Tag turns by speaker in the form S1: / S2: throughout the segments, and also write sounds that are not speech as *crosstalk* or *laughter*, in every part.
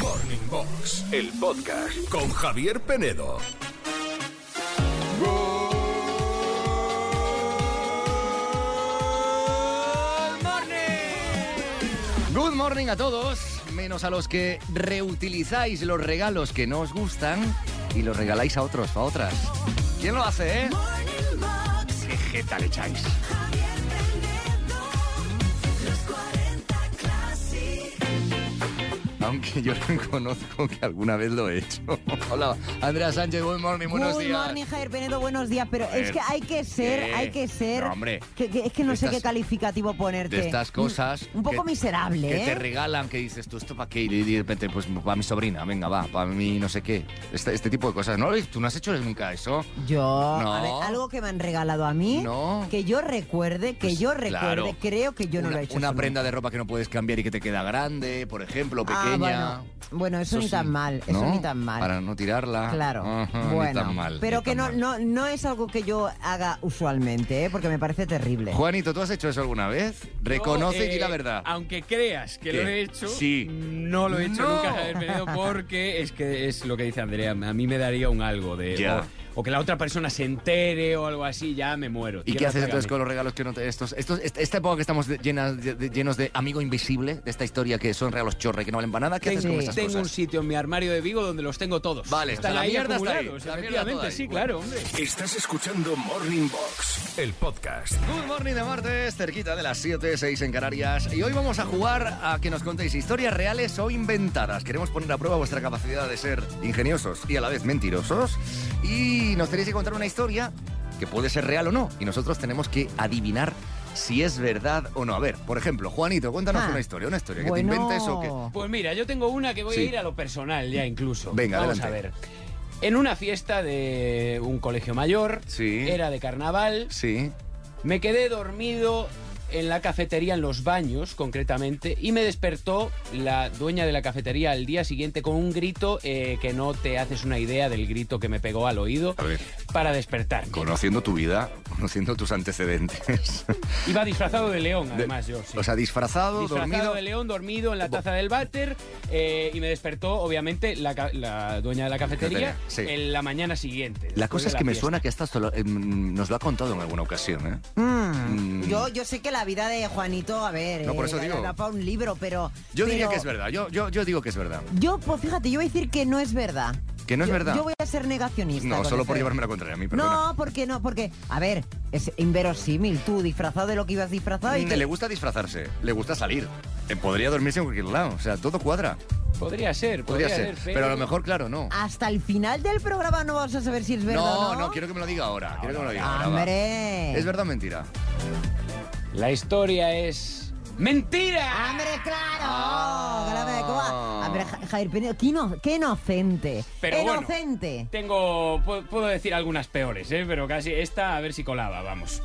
S1: Morning Box, el podcast con Javier Penedo.
S2: Good morning a todos, menos a los que reutilizáis los regalos que no os gustan y los regaláis a otros, a otras. ¿Quién lo hace, eh?
S3: Morning Box,
S2: ¿Qué jeta le echáis?
S3: Javier Penedo, los 40 Classic.
S2: Aunque yo *laughs* reconozco que alguna vez lo he hecho. *laughs* Hola, Andrea Sánchez, good morning, buenos
S4: Good
S2: días.
S4: morning, Javier Penedo, buenos días. Pero
S2: Joder.
S4: es que hay que ser,
S2: ¿Qué?
S4: hay que ser.
S2: No, hombre.
S4: que- que- es que no sé
S2: Estas-
S4: qué calificativo ponerte.
S2: De estas cosas.
S4: Mm, Un poco
S2: que-
S4: miserable,
S2: Que te
S4: ¿eh?
S2: regalan, que dices tú, ¿esto para qué? Y de repente, pues para mi sobrina, venga, va, para mi no sé qué. Este, este tipo de cosas. ¿No? ¿Tú no has hecho nunca eso?
S4: Yo,
S2: No.
S4: a ver, algo que me han regalado a mí,
S2: No.
S4: que yo recuerde, que
S2: Pues,
S4: yo recuerde,
S2: claro.
S4: creo que yo no
S2: una,
S4: lo he hecho.
S2: Una
S4: eso
S2: prenda de ropa que no puedes cambiar y que te queda grande, por ejemplo,
S4: nunca.
S2: pequeña.
S4: Ah, bueno, bueno, eso, ni
S2: sí,
S4: tan mal, eso
S2: ¿no?
S4: ni tan mal.
S2: Para no tirarla.
S4: Claro,
S2: Ajá, ni
S4: bueno,
S2: tan mal,
S4: pero
S2: ni
S4: que
S2: tan
S4: no,
S2: mal.
S4: no, no es algo que yo haga usualmente, ¿eh? porque me parece terrible.
S2: Juanito, ¿tú has hecho eso alguna vez? Reconoce
S5: Yo,
S2: y
S5: eh,
S2: la verdad.
S5: Aunque creas que
S2: ¿Qué?
S5: lo he hecho,
S2: Sí.
S5: no lo he hecho
S2: No.
S5: nunca, Javier Penedo, porque es que es lo que dice Andrea. A mí me daría un algo de.
S2: Ya.
S5: O, o que la otra persona se entere o algo así, ya me muero.
S2: ¿Y
S5: Tierra
S2: qué haces
S5: pegame.
S2: entonces con los regalos que no te... Estos, estos, est- esta época que estamos de- llenas de- de- llenos de amigo invisible, de esta historia que son regalos chorre, que no valen para nada, ¿qué haces
S4: Tengo-
S2: con esas
S5: Tengo un
S2: cosas?
S5: sitio en mi armario de Vigo donde los tengo todos.
S2: Vale, o sea,
S5: están
S2: la
S5: ahí
S2: mierda está ahí,
S5: acumulados,
S2: la mierda
S5: efectivamente,
S2: toda ahí.
S5: sí, claro, hombre.
S1: Estás escuchando Morning Box, el podcast.
S2: Good morning de martes, cerquita de las 7, 6 en Canarias. Y hoy vamos a jugar a que nos contéis historias reales o inventadas. Queremos poner a prueba vuestra capacidad de ser ingeniosos y a la vez mentirosos. Y nos tenéis que contar una historia que puede ser real o no. Y nosotros tenemos que adivinar si es verdad o no. A ver, por ejemplo, Juanito, cuéntanos
S4: Ah.
S2: una historia, una historia
S4: Bueno.
S2: que te inventes o que...
S5: Pues mira, yo tengo una que voy
S2: Sí.
S5: a ir a lo personal ya incluso.
S2: Venga,
S5: Vamos
S2: adelante.
S5: a ver. En una fiesta de un colegio mayor,
S2: Sí.
S5: era de carnaval,
S2: Sí.
S5: Me quedé dormido en la cafetería, en los baños concretamente, y me despertó la dueña de la cafetería al día siguiente con un grito eh, que no te haces una idea del grito que me pegó al oído
S2: A ver,
S5: para despertarme.
S2: conociendo tu vida, conociendo tus antecedentes.
S5: Iba disfrazado de león,
S2: De-
S5: además yo. sí.
S2: O sea, disfrazado,
S5: disfrazado
S2: dormido...
S5: de león, dormido en la taza del váter, eh, y me despertó obviamente la, ca- la dueña de la cafetería
S2: Cafetería, sí.
S5: en la mañana siguiente.
S2: La
S5: después
S2: cosa
S5: de
S2: es que me
S5: fiesta.
S2: suena que esta solo- em, nos lo ha contado en alguna ocasión, ¿eh?
S4: Mm.
S2: Mm.
S4: Yo, yo sé que la vida de Juanito, a ver,
S2: No, por
S4: eh,
S2: eso
S4: da-
S2: digo.
S4: da para un libro, pero.
S2: Yo diría
S4: pero
S2: que es verdad, yo, yo, yo digo que es verdad.
S4: Yo, pues fíjate, yo voy a decir que no es verdad.
S2: ¿Que no es
S4: Yo-
S2: verdad?
S4: Yo voy a ser negacionista.
S2: No,
S4: con
S2: solo
S4: esto
S2: por
S4: de-
S2: llevarme la contraria a mí, perdona.
S4: No, porque no, porque, a ver, es inverosímil, tú disfrazado de lo que ibas disfrazado y
S2: Mm,
S4: que...
S2: Le gusta disfrazarse, le gusta salir. Eh, Podría dormirse en cualquier lado, o sea, todo cuadra.
S5: Podría ser, podría,
S2: Podría ser, pero a lo mejor, claro, no.
S4: Hasta el final del programa no vas a saber si es verdad
S2: No,
S4: o no.
S2: no, quiero que me lo diga ahora, quiero que me lo diga ahora, va.
S4: ¡Hombre!
S2: ¿Es verdad o mentira?
S5: La historia es... ¡Mentira!
S4: ¡Hombre, claro!
S2: Ah.
S4: Claro, ¿cómo va? A ver, Ja- Jair Penedo, qué, ino- qué inocente.
S5: Pero bueno.
S4: inocente.
S5: Tengo, pu- puedo decir algunas peores, ¿eh? pero casi esta a ver si colaba, vamos.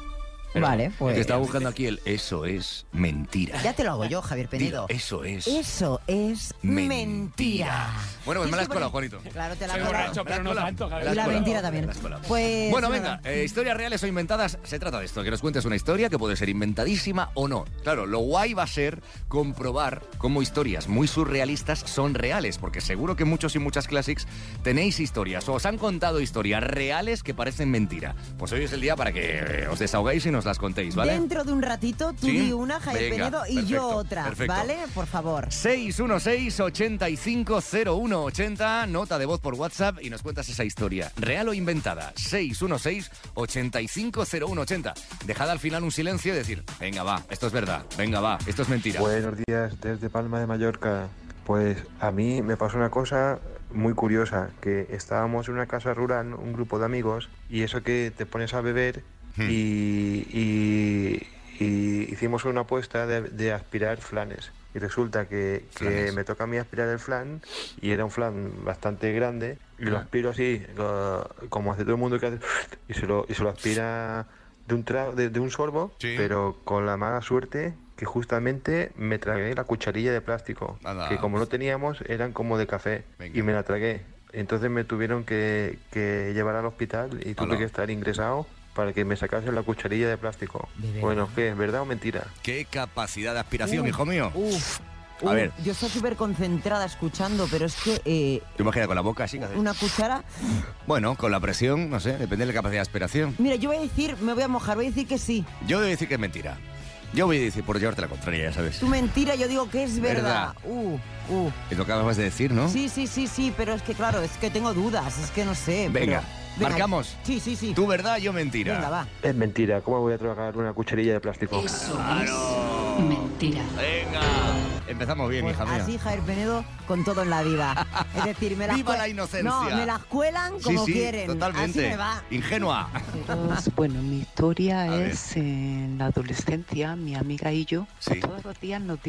S5: Pero-
S4: vale, pues...
S2: Te estaba buscando aquí el eso es mentira.
S4: Ya te lo hago yo, Javier Penedo.
S2: Digo, eso es.
S4: Eso es
S2: Mentira.
S4: mentira.
S2: Bueno, pues me la has
S4: Eso
S2: colado,
S4: porque-
S2: Juanito.
S4: Claro, te la
S5: Soy
S4: has colado.
S5: borracho, pero no tanto, Javier.
S4: Y la
S5: Las
S4: mentira
S5: colas.
S4: también.
S2: Las colas.
S4: Pues
S2: Bueno,
S4: nada.
S2: venga, eh, historias reales o inventadas, se trata de esto, que nos cuentes una historia que puede ser inventadísima o no. Claro, lo guay va a ser comprobar cómo historias muy surrealistas son reales, porque seguro que muchos y muchas clásicos tenéis historias o os han contado historias reales que parecen mentira. Pues hoy es el día para que eh, os desahogáis y nos las contéis, ¿vale?
S4: Dentro de un ratito tú
S2: ¿Sí?
S4: di una, Javier
S2: Venga,
S4: Penedo, y
S2: perfecto,
S4: yo otra,
S2: perfecto.
S4: ¿vale? Por favor.
S2: 616-850180, nota de voz por WhatsApp y nos cuentas esa historia, real o inventada. 616-850180. Dejad al final un silencio y decir, venga va, esto es verdad, venga va, esto es mentira.
S4: Pues-
S6: Buenos días desde Palma de Mallorca. Pues a mí me pasó una cosa muy curiosa, que estábamos en una casa rural, un grupo de amigos, y eso que te pones a beber
S2: Hmm.
S6: y, y- y hicimos una apuesta de, de aspirar flanes. Y resulta que, que
S2: Flanes.
S6: me toca a mí aspirar el flan, y era un flan bastante grande, y lo
S2: Ah.
S6: aspiro así, co- como hace todo el mundo que hace, y se lo, y se lo aspira de un, tra- de, de un sorbo,
S2: Sí.
S6: pero con la mala suerte que justamente me tragué la cucharilla de plástico,
S2: Anda.
S6: que como no teníamos eran como de café,
S2: Venga.
S6: y me la tragué. Entonces me tuvieron que, que llevar al hospital y tuve
S2: Ala.
S6: que estar ingresado para que me sacasen la cucharilla de plástico.
S4: ¿De verdad?
S6: bueno, ¿qué es verdad o mentira?
S2: Qué capacidad de aspiración, hijo mío.
S4: Uh, Uf,
S2: A
S4: Uh,
S2: ver.
S4: Yo estoy súper concentrada escuchando, pero es que eh,
S2: ¿Te imaginas con la boca así? que haces-
S4: una cuchara.
S2: Bueno, con la presión, no sé, depende de la capacidad de aspiración.
S4: Mira, yo voy a decir, me voy a mojar, voy a decir que sí.
S2: Yo voy a decir que es mentira. Yo voy a decir por llevarte la contraria, ya sabes.
S4: Tú mentira, yo digo que es
S2: Verdad.
S4: verdad. Uh, uh.
S2: Es lo que acabas de decir, ¿no?
S4: Sí, sí, sí, sí, pero es que claro, es que tengo dudas, es que no sé.
S2: Venga,
S4: venga,
S2: marcamos.
S4: Sí, sí, sí.
S2: Tú verdad, yo mentira.
S4: Venga, va.
S6: Es mentira, ¿cómo voy a trabajar una cucharilla de plástico?
S7: Eso es mentira.
S2: Venga. Empezamos bien,
S4: Pues
S2: hija mía.
S4: así, Javier Penedo, con todo en la
S2: *laughs*
S4: vida. Es decir, me las
S2: Viva
S4: cue-
S2: la inocencia.
S4: No, me las cuelan
S2: sí,
S4: como
S2: sí,
S4: quieren.
S2: totalmente.
S4: Así me va.
S2: Ingenua.
S8: Pues, bueno, mi
S2: A
S8: historia
S2: ver.
S8: es en la adolescencia, mi amiga y yo, pues,
S2: Sí.
S8: todos los días nos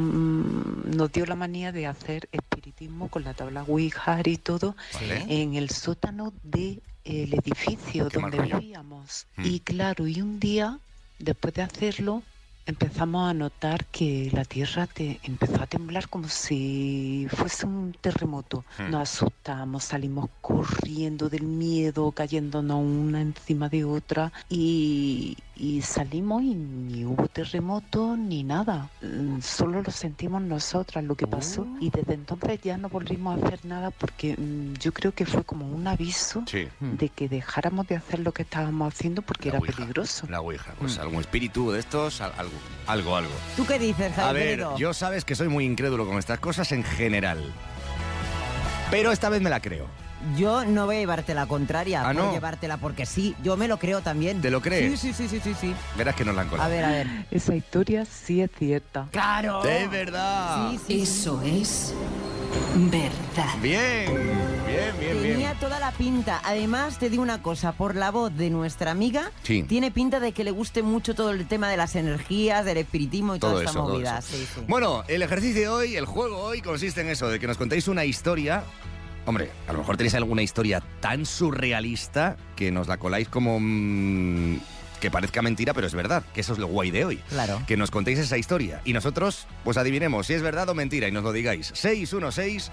S8: dieron, nos dio la manía de hacer espiritismo con la tabla Ouija y todo
S2: Vale.
S8: en el sótano del edificio
S2: Qué mal
S8: donde
S2: rollo.
S8: vivíamos.
S2: Mm.
S8: Y claro, y un día, después de hacerlo, empezamos a notar que la tierra te empezó a temblar como si fuese un terremoto.
S2: Mm.
S8: Nos asustamos, salimos corriendo del miedo, cayéndonos una encima de otra y, y salimos y ni hubo terremoto ni nada. Mm, Solo lo sentimos nosotras lo que pasó
S2: Oh.
S8: y desde entonces ya no volvimos a hacer nada porque mm, yo creo que fue como un aviso
S2: Sí.
S8: de que dejáramos de hacer lo que estábamos haciendo porque
S2: La
S8: era
S2: ouija,
S8: peligroso.
S2: La Ouija. Pues algún espíritu de estos, al- algo. Algo, algo.
S4: ¿Tú qué dices, Javier
S2: A ver,
S4: Penedo?
S2: yo sabes que soy muy incrédulo con estas cosas en general. Pero esta vez me la creo.
S4: Yo no voy a llevarte la contraria,
S2: Ah,
S4: por
S2: ¿no?
S4: llevártela porque sí, yo me lo creo también.
S2: ¿Te lo crees?
S4: Sí, sí, sí, sí, sí, sí.
S2: Verás que nos la han
S4: A
S2: colado.
S4: ver, a ver.
S8: Esa historia sí es cierta.
S4: ¡Claro!
S2: De verdad.
S4: Sí, sí, sí.
S7: Eso es verdad.
S2: Bien, bien, bien,
S4: Tenía
S2: bien.
S4: toda la pinta. Además, te digo una cosa, por la voz de nuestra amiga,
S2: Sí.
S4: tiene pinta de que le guste mucho todo el tema de las energías, del espiritismo y
S2: Todo
S4: toda esta
S2: eso, todo
S4: movida.
S2: eso.
S4: Sí, sí.
S2: Bueno, el ejercicio de hoy, el juego hoy, consiste en eso, de que nos contéis una historia. Hombre, a lo mejor tenéis alguna historia tan surrealista que nos la coláis como... mm, que parezca mentira, pero es verdad, que eso es lo guay de hoy.
S4: Claro.
S2: que nos contéis esa historia y nosotros pues adivinemos si es verdad o mentira y nos lo digáis. 616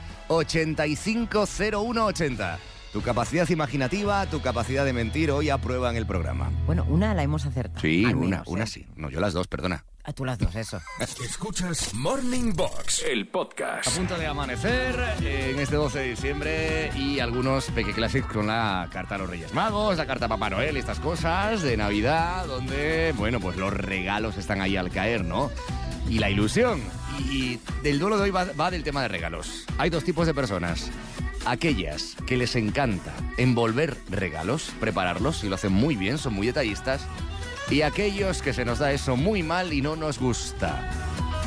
S2: 850180. Tu capacidad imaginativa, tu capacidad de mentir hoy aprueba en el programa.
S4: Bueno, una la hemos acertado.
S2: Sí,
S4: al
S2: una,
S4: menos,
S2: una
S4: ¿eh?
S2: sí. No, yo las dos, perdona.
S4: A tú las dos, eso.
S1: Escuchas Morning Box, el podcast.
S2: punto de amanecer eh, en este 12 de diciembre y algunos Peque Classics con la carta a los Reyes Magos, la carta a Papá Noel, estas cosas de Navidad, donde, bueno, pues los regalos están ahí al caer, ¿no? Y la ilusión. Y, y el duelo de hoy va, va del tema de regalos. Hay dos tipos de personas. Aquellas que les encanta envolver regalos, prepararlos, y lo hacen muy bien, son muy detallistas. Y aquellos que se nos da eso muy mal y no nos gusta.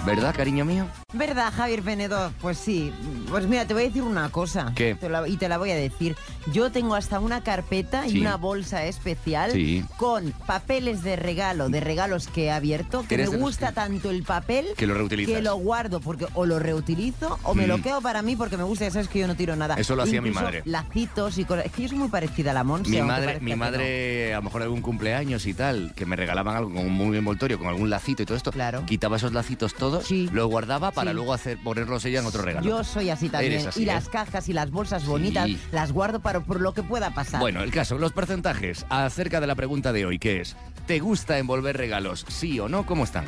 S2: ¿Verdad, cariño mío?
S4: ¿Verdad, Javier Penedo? Pues sí. Pues mira, te voy a decir una cosa.
S2: ¿Qué?
S4: Te la- y te la voy a decir. Yo tengo hasta una carpeta
S2: Sí.
S4: y una bolsa especial
S2: Sí.
S4: con papeles de regalo, de regalos que he abierto, que me
S2: Eres de los
S4: gusta
S2: que-
S4: tanto el papel
S2: Que lo reutilizas.
S4: que lo guardo porque o lo reutilizo o me
S2: Mm.
S4: lo quedo para mí porque me gusta, ya sabes que yo no tiro nada.
S2: Eso lo hacía mi
S4: Incluso
S2: madre.
S4: Lacitos y cosas. Es que yo soy muy parecida a la Monse.
S2: Mi
S4: aunque
S2: madre,
S4: parezca
S2: mi
S4: que no.
S2: madre a lo mejor algún cumpleaños y tal, que me regalaban algo con un muy envoltorio, con algún lacito y todo esto.
S4: Claro.
S2: Quitaba esos lacitos todos,
S4: Sí.
S2: los guardaba para
S4: Sí.
S2: luego hacer ponerlos ella en otro regalo.
S4: Yo soy así también.
S2: Eres así,
S4: y
S2: ¿eh?
S4: las cajas y las bolsas bonitas
S2: Sí.
S4: las guardo para por lo que pueda pasar.
S2: Bueno, el caso, los porcentajes acerca de la pregunta de hoy, que es, ¿te gusta envolver regalos? ¿Sí o no? ¿Cómo están?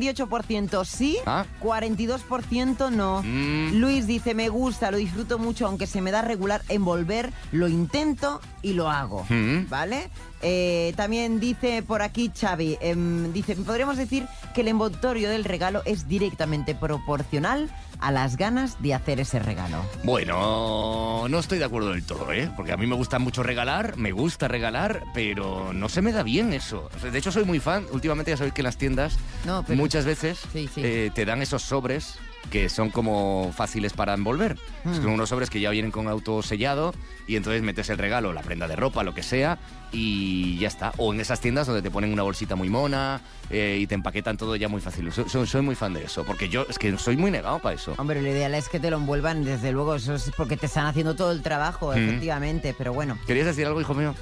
S4: 58% sí,
S2: ¿Ah?
S4: 42% no.
S2: Mm,
S4: Luis dice, me gusta, lo disfruto mucho, aunque se me da regular envolver, lo intento y lo hago.
S2: Mm.
S4: ¿Vale? Eh, también dice por aquí Xavi, em, dice, podríamos decir que el envoltorio del regalo es directamente proporcional a las ganas de hacer ese regalo.
S2: Bueno, no estoy de acuerdo del todo, ¿eh? Porque a mí me gusta mucho regalar, me gusta regalar, pero no se me da bien eso. O sea, De hecho, soy muy fan. Últimamente ya sabéis que en las tiendas
S4: No, pero-
S2: muchas veces
S4: Sí, sí.
S2: eh, te dan esos sobres que son como fáciles para envolver.
S4: Mm.
S2: Son unos sobres que ya vienen con autosellado y entonces metes el regalo, la prenda de ropa, lo que sea, y ya está. O en esas tiendas donde te ponen una bolsita muy mona eh, y te empaquetan todo ya muy fácil. So- so- Soy, muy fan de eso, porque yo es que soy muy negado para eso.
S4: Hombre, lo ideal es que te lo envuelvan, desde luego, eso es porque te están haciendo todo el trabajo,
S2: Mm.
S4: efectivamente, pero bueno.
S2: ¿Querías decir algo, hijo mío?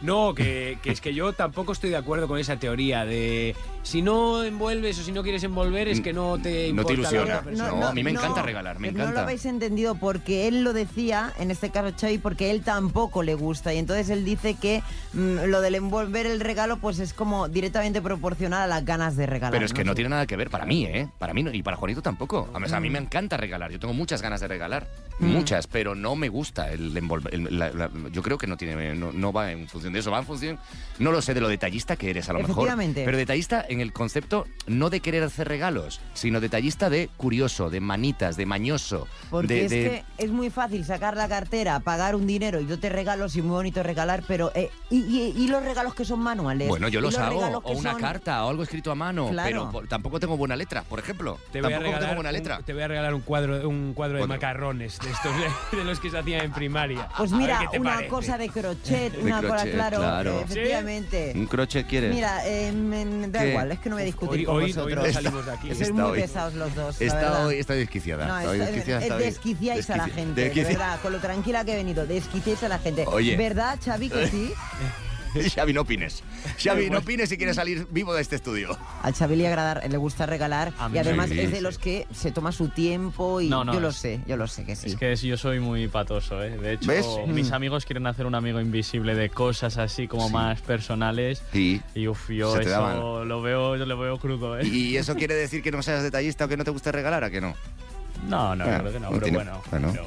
S5: No, que, que es que yo tampoco estoy de acuerdo con esa teoría de si no envuelves o si no quieres envolver es que no te
S2: Mm, No te
S5: importa la otra
S2: ilusiona.
S5: persona.
S2: No, a mí me encanta regalar, me
S4: pero No lo
S2: encanta.
S4: habéis entendido porque él lo decía, en este caso Xavi, porque él tampoco le gusta. Y entonces él dice que mm, lo del envolver el regalo, pues es como directamente proporcional a las ganas de regalar.
S2: Pero es que no tiene nada que ver para mí, ¿eh? Para mí no- y para Juanito tampoco. A mí, a mí
S4: Mm.
S2: me encanta regalar. Yo tengo muchas ganas de regalar. Muchas, pero no me gusta el envolver. el- la- la- yo creo que no, tiene, no, no va en función de eso. Va en función, no lo sé, de lo detallista que eres a lo mejor.
S4: Efectivamente.
S2: Pero detallista en el concepto no de querer hacer regalos, sino detallista de curioso, de manitas, de mañoso.
S4: Porque
S2: de-
S4: es
S2: de-
S4: que es muy fácil sacar la cartera, pagar un dinero y yo te regalo, sí, muy bonito regalar, pero... eh, y, y- y los regalos que son manuales?
S2: Bueno, yo
S4: ¿Y
S2: los, hago,
S4: regalos que
S2: o una
S4: son-
S2: carta, o algo escrito a mano,
S4: Claro.
S2: pero por- tampoco tengo buena letra, por ejemplo.
S5: Te voy, a
S2: tampoco
S5: regalar
S2: tengo buena
S5: un,
S2: letra.
S5: te voy a regalar un cuadro, un cuadro de
S2: Cuadro.
S5: macarrones de estos de, *laughs* de los que se hacían en primaria.
S4: Pues
S5: A ver
S4: mira,
S5: qué te
S4: una
S5: parece.
S4: cosa de crochet, una cosa,
S2: crochet,
S4: claro,
S2: claro.
S4: eh, efectivamente.
S2: ¿Un crochet quieres?
S4: Mira, eh, me- me da
S2: ¿Qué?
S4: igual, es que no voy a discutir
S5: Hoy,
S4: con
S5: hoy, hoy
S4: vosotros.
S5: no salimos de aquí.
S4: Sois
S2: Está
S4: muy
S2: hoy.
S4: pesados los dos. la
S2: Está
S4: verdad.
S2: hoy está desquiciada.
S4: No,
S2: está hoy
S4: está-
S2: desquiciada,
S4: eh,
S2: está hoy-
S4: desquiciáis a la
S2: desquici-
S4: gente,
S2: desquici-
S4: de verdad, con lo tranquila que he venido, desquiciáis a la gente.
S2: Oye.
S4: ¿Verdad, Xavi, que sí?
S2: *laughs* Xavi, no opines. Xavi, no opines si quieres salir vivo de este estudio.
S4: Al Xavi le, agradar, le gusta regalar
S9: A mí
S4: y además
S2: sí,
S4: es de
S2: sí.
S4: los que se toma su tiempo y
S9: No, no,
S4: yo lo
S9: es-
S4: sé, yo lo sé que sí.
S9: Es que es- yo soy muy patoso, ¿eh? De hecho,
S2: ¿Ves?
S9: mis
S4: Mm.
S9: amigos quieren hacer un amigo invisible de cosas así como
S2: Sí.
S9: más personales.
S2: Sí.
S9: Y uff, yo
S2: Se te da
S9: eso
S2: mal.
S9: lo veo, yo lo veo crudo, ¿eh?
S2: ¿Y eso quiere decir que no seas detallista o que no te guste regalar a que no?
S9: No, no,
S2: Bueno,
S9: creo que no,
S2: no
S9: pero
S2: tiene-
S9: bueno.
S2: bueno.
S9: pero-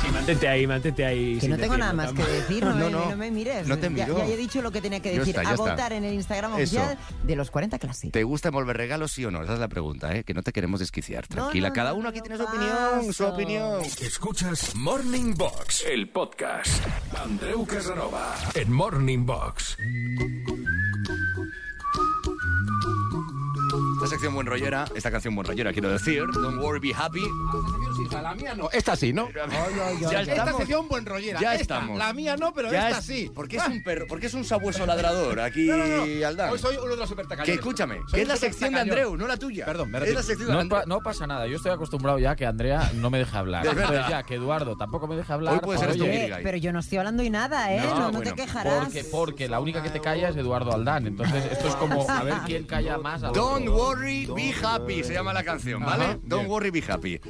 S5: Sí, mantente ahí, mantente ahí.
S4: Que
S5: sin
S4: no tengo nada
S5: decirlo
S4: más que
S5: tampoco.
S9: *laughs*
S4: decir,
S2: *laughs*
S4: no,
S2: No,
S4: me,
S2: no.
S4: no me mires.
S2: No te
S4: Ya-
S2: miro.
S4: Ya, he dicho lo que tenía que
S2: Ya
S4: decir.
S2: está, ya
S4: a
S2: está.
S4: votar en el Instagram
S2: Eso.
S4: oficial de los 40 Classic.
S2: ¿Te gusta envolver regalos, sí o no? Esa es la pregunta, ¿eh? Que no te queremos desquiciar.
S4: No,
S2: Tranquila,
S4: no,
S2: cada
S4: no,
S2: uno aquí
S4: no
S2: tiene su opinión, su
S4: paso.
S2: opinión.
S1: Escuchas Morning Box, el podcast. Andreu Casanova, en Morning Box.
S2: Esta sección buen rollera, esta canción buen rollera, quiero decir. Don't worry, be happy.
S10: La mía no. Esta sí, ¿no?
S2: Ya
S10: Esta
S2: estamos.
S10: sección buen rollera.
S2: Ya
S10: Esta,
S2: estamos.
S10: La mía no, pero
S2: Ya
S10: esta
S2: es-
S10: sí. Ah.
S2: ¿Por qué es un perro? ¿Por qué es un sabueso ladrador aquí,
S10: No, no, no.
S2: Aldán?
S10: Hoy soy uno de los
S2: Que
S10: supertacañones.
S2: escúchame,
S10: Soy
S2: que
S10: un
S2: es la sección de
S10: supertacañón.
S2: Andreu, no la tuya.
S10: Perdón, me
S2: Es la
S10: retiro.
S2: sección de
S11: No,
S2: Andreu.
S11: pa- no pasa nada, yo estoy acostumbrado ya que Andrea no me deje hablar.
S2: Es
S11: Entonces
S2: verdad.
S11: ya que Eduardo tampoco me deja hablar. pues,
S2: Hoy puede ser
S11: oye,
S2: esto
S4: Oye,
S2: Virgai.
S4: pero yo no estoy hablando y nada, ¿eh?
S2: No,
S4: No, no
S2: bueno,
S4: te quejarás.
S11: porque, porque la única que te calla es Eduardo Aldán. Entonces esto es como a ver quién calla más. al
S2: Don't
S11: otro. Ah.
S2: worry, be happy se llama la canción, ¿vale?
S11: Ajá,
S2: Don't worry, be happy.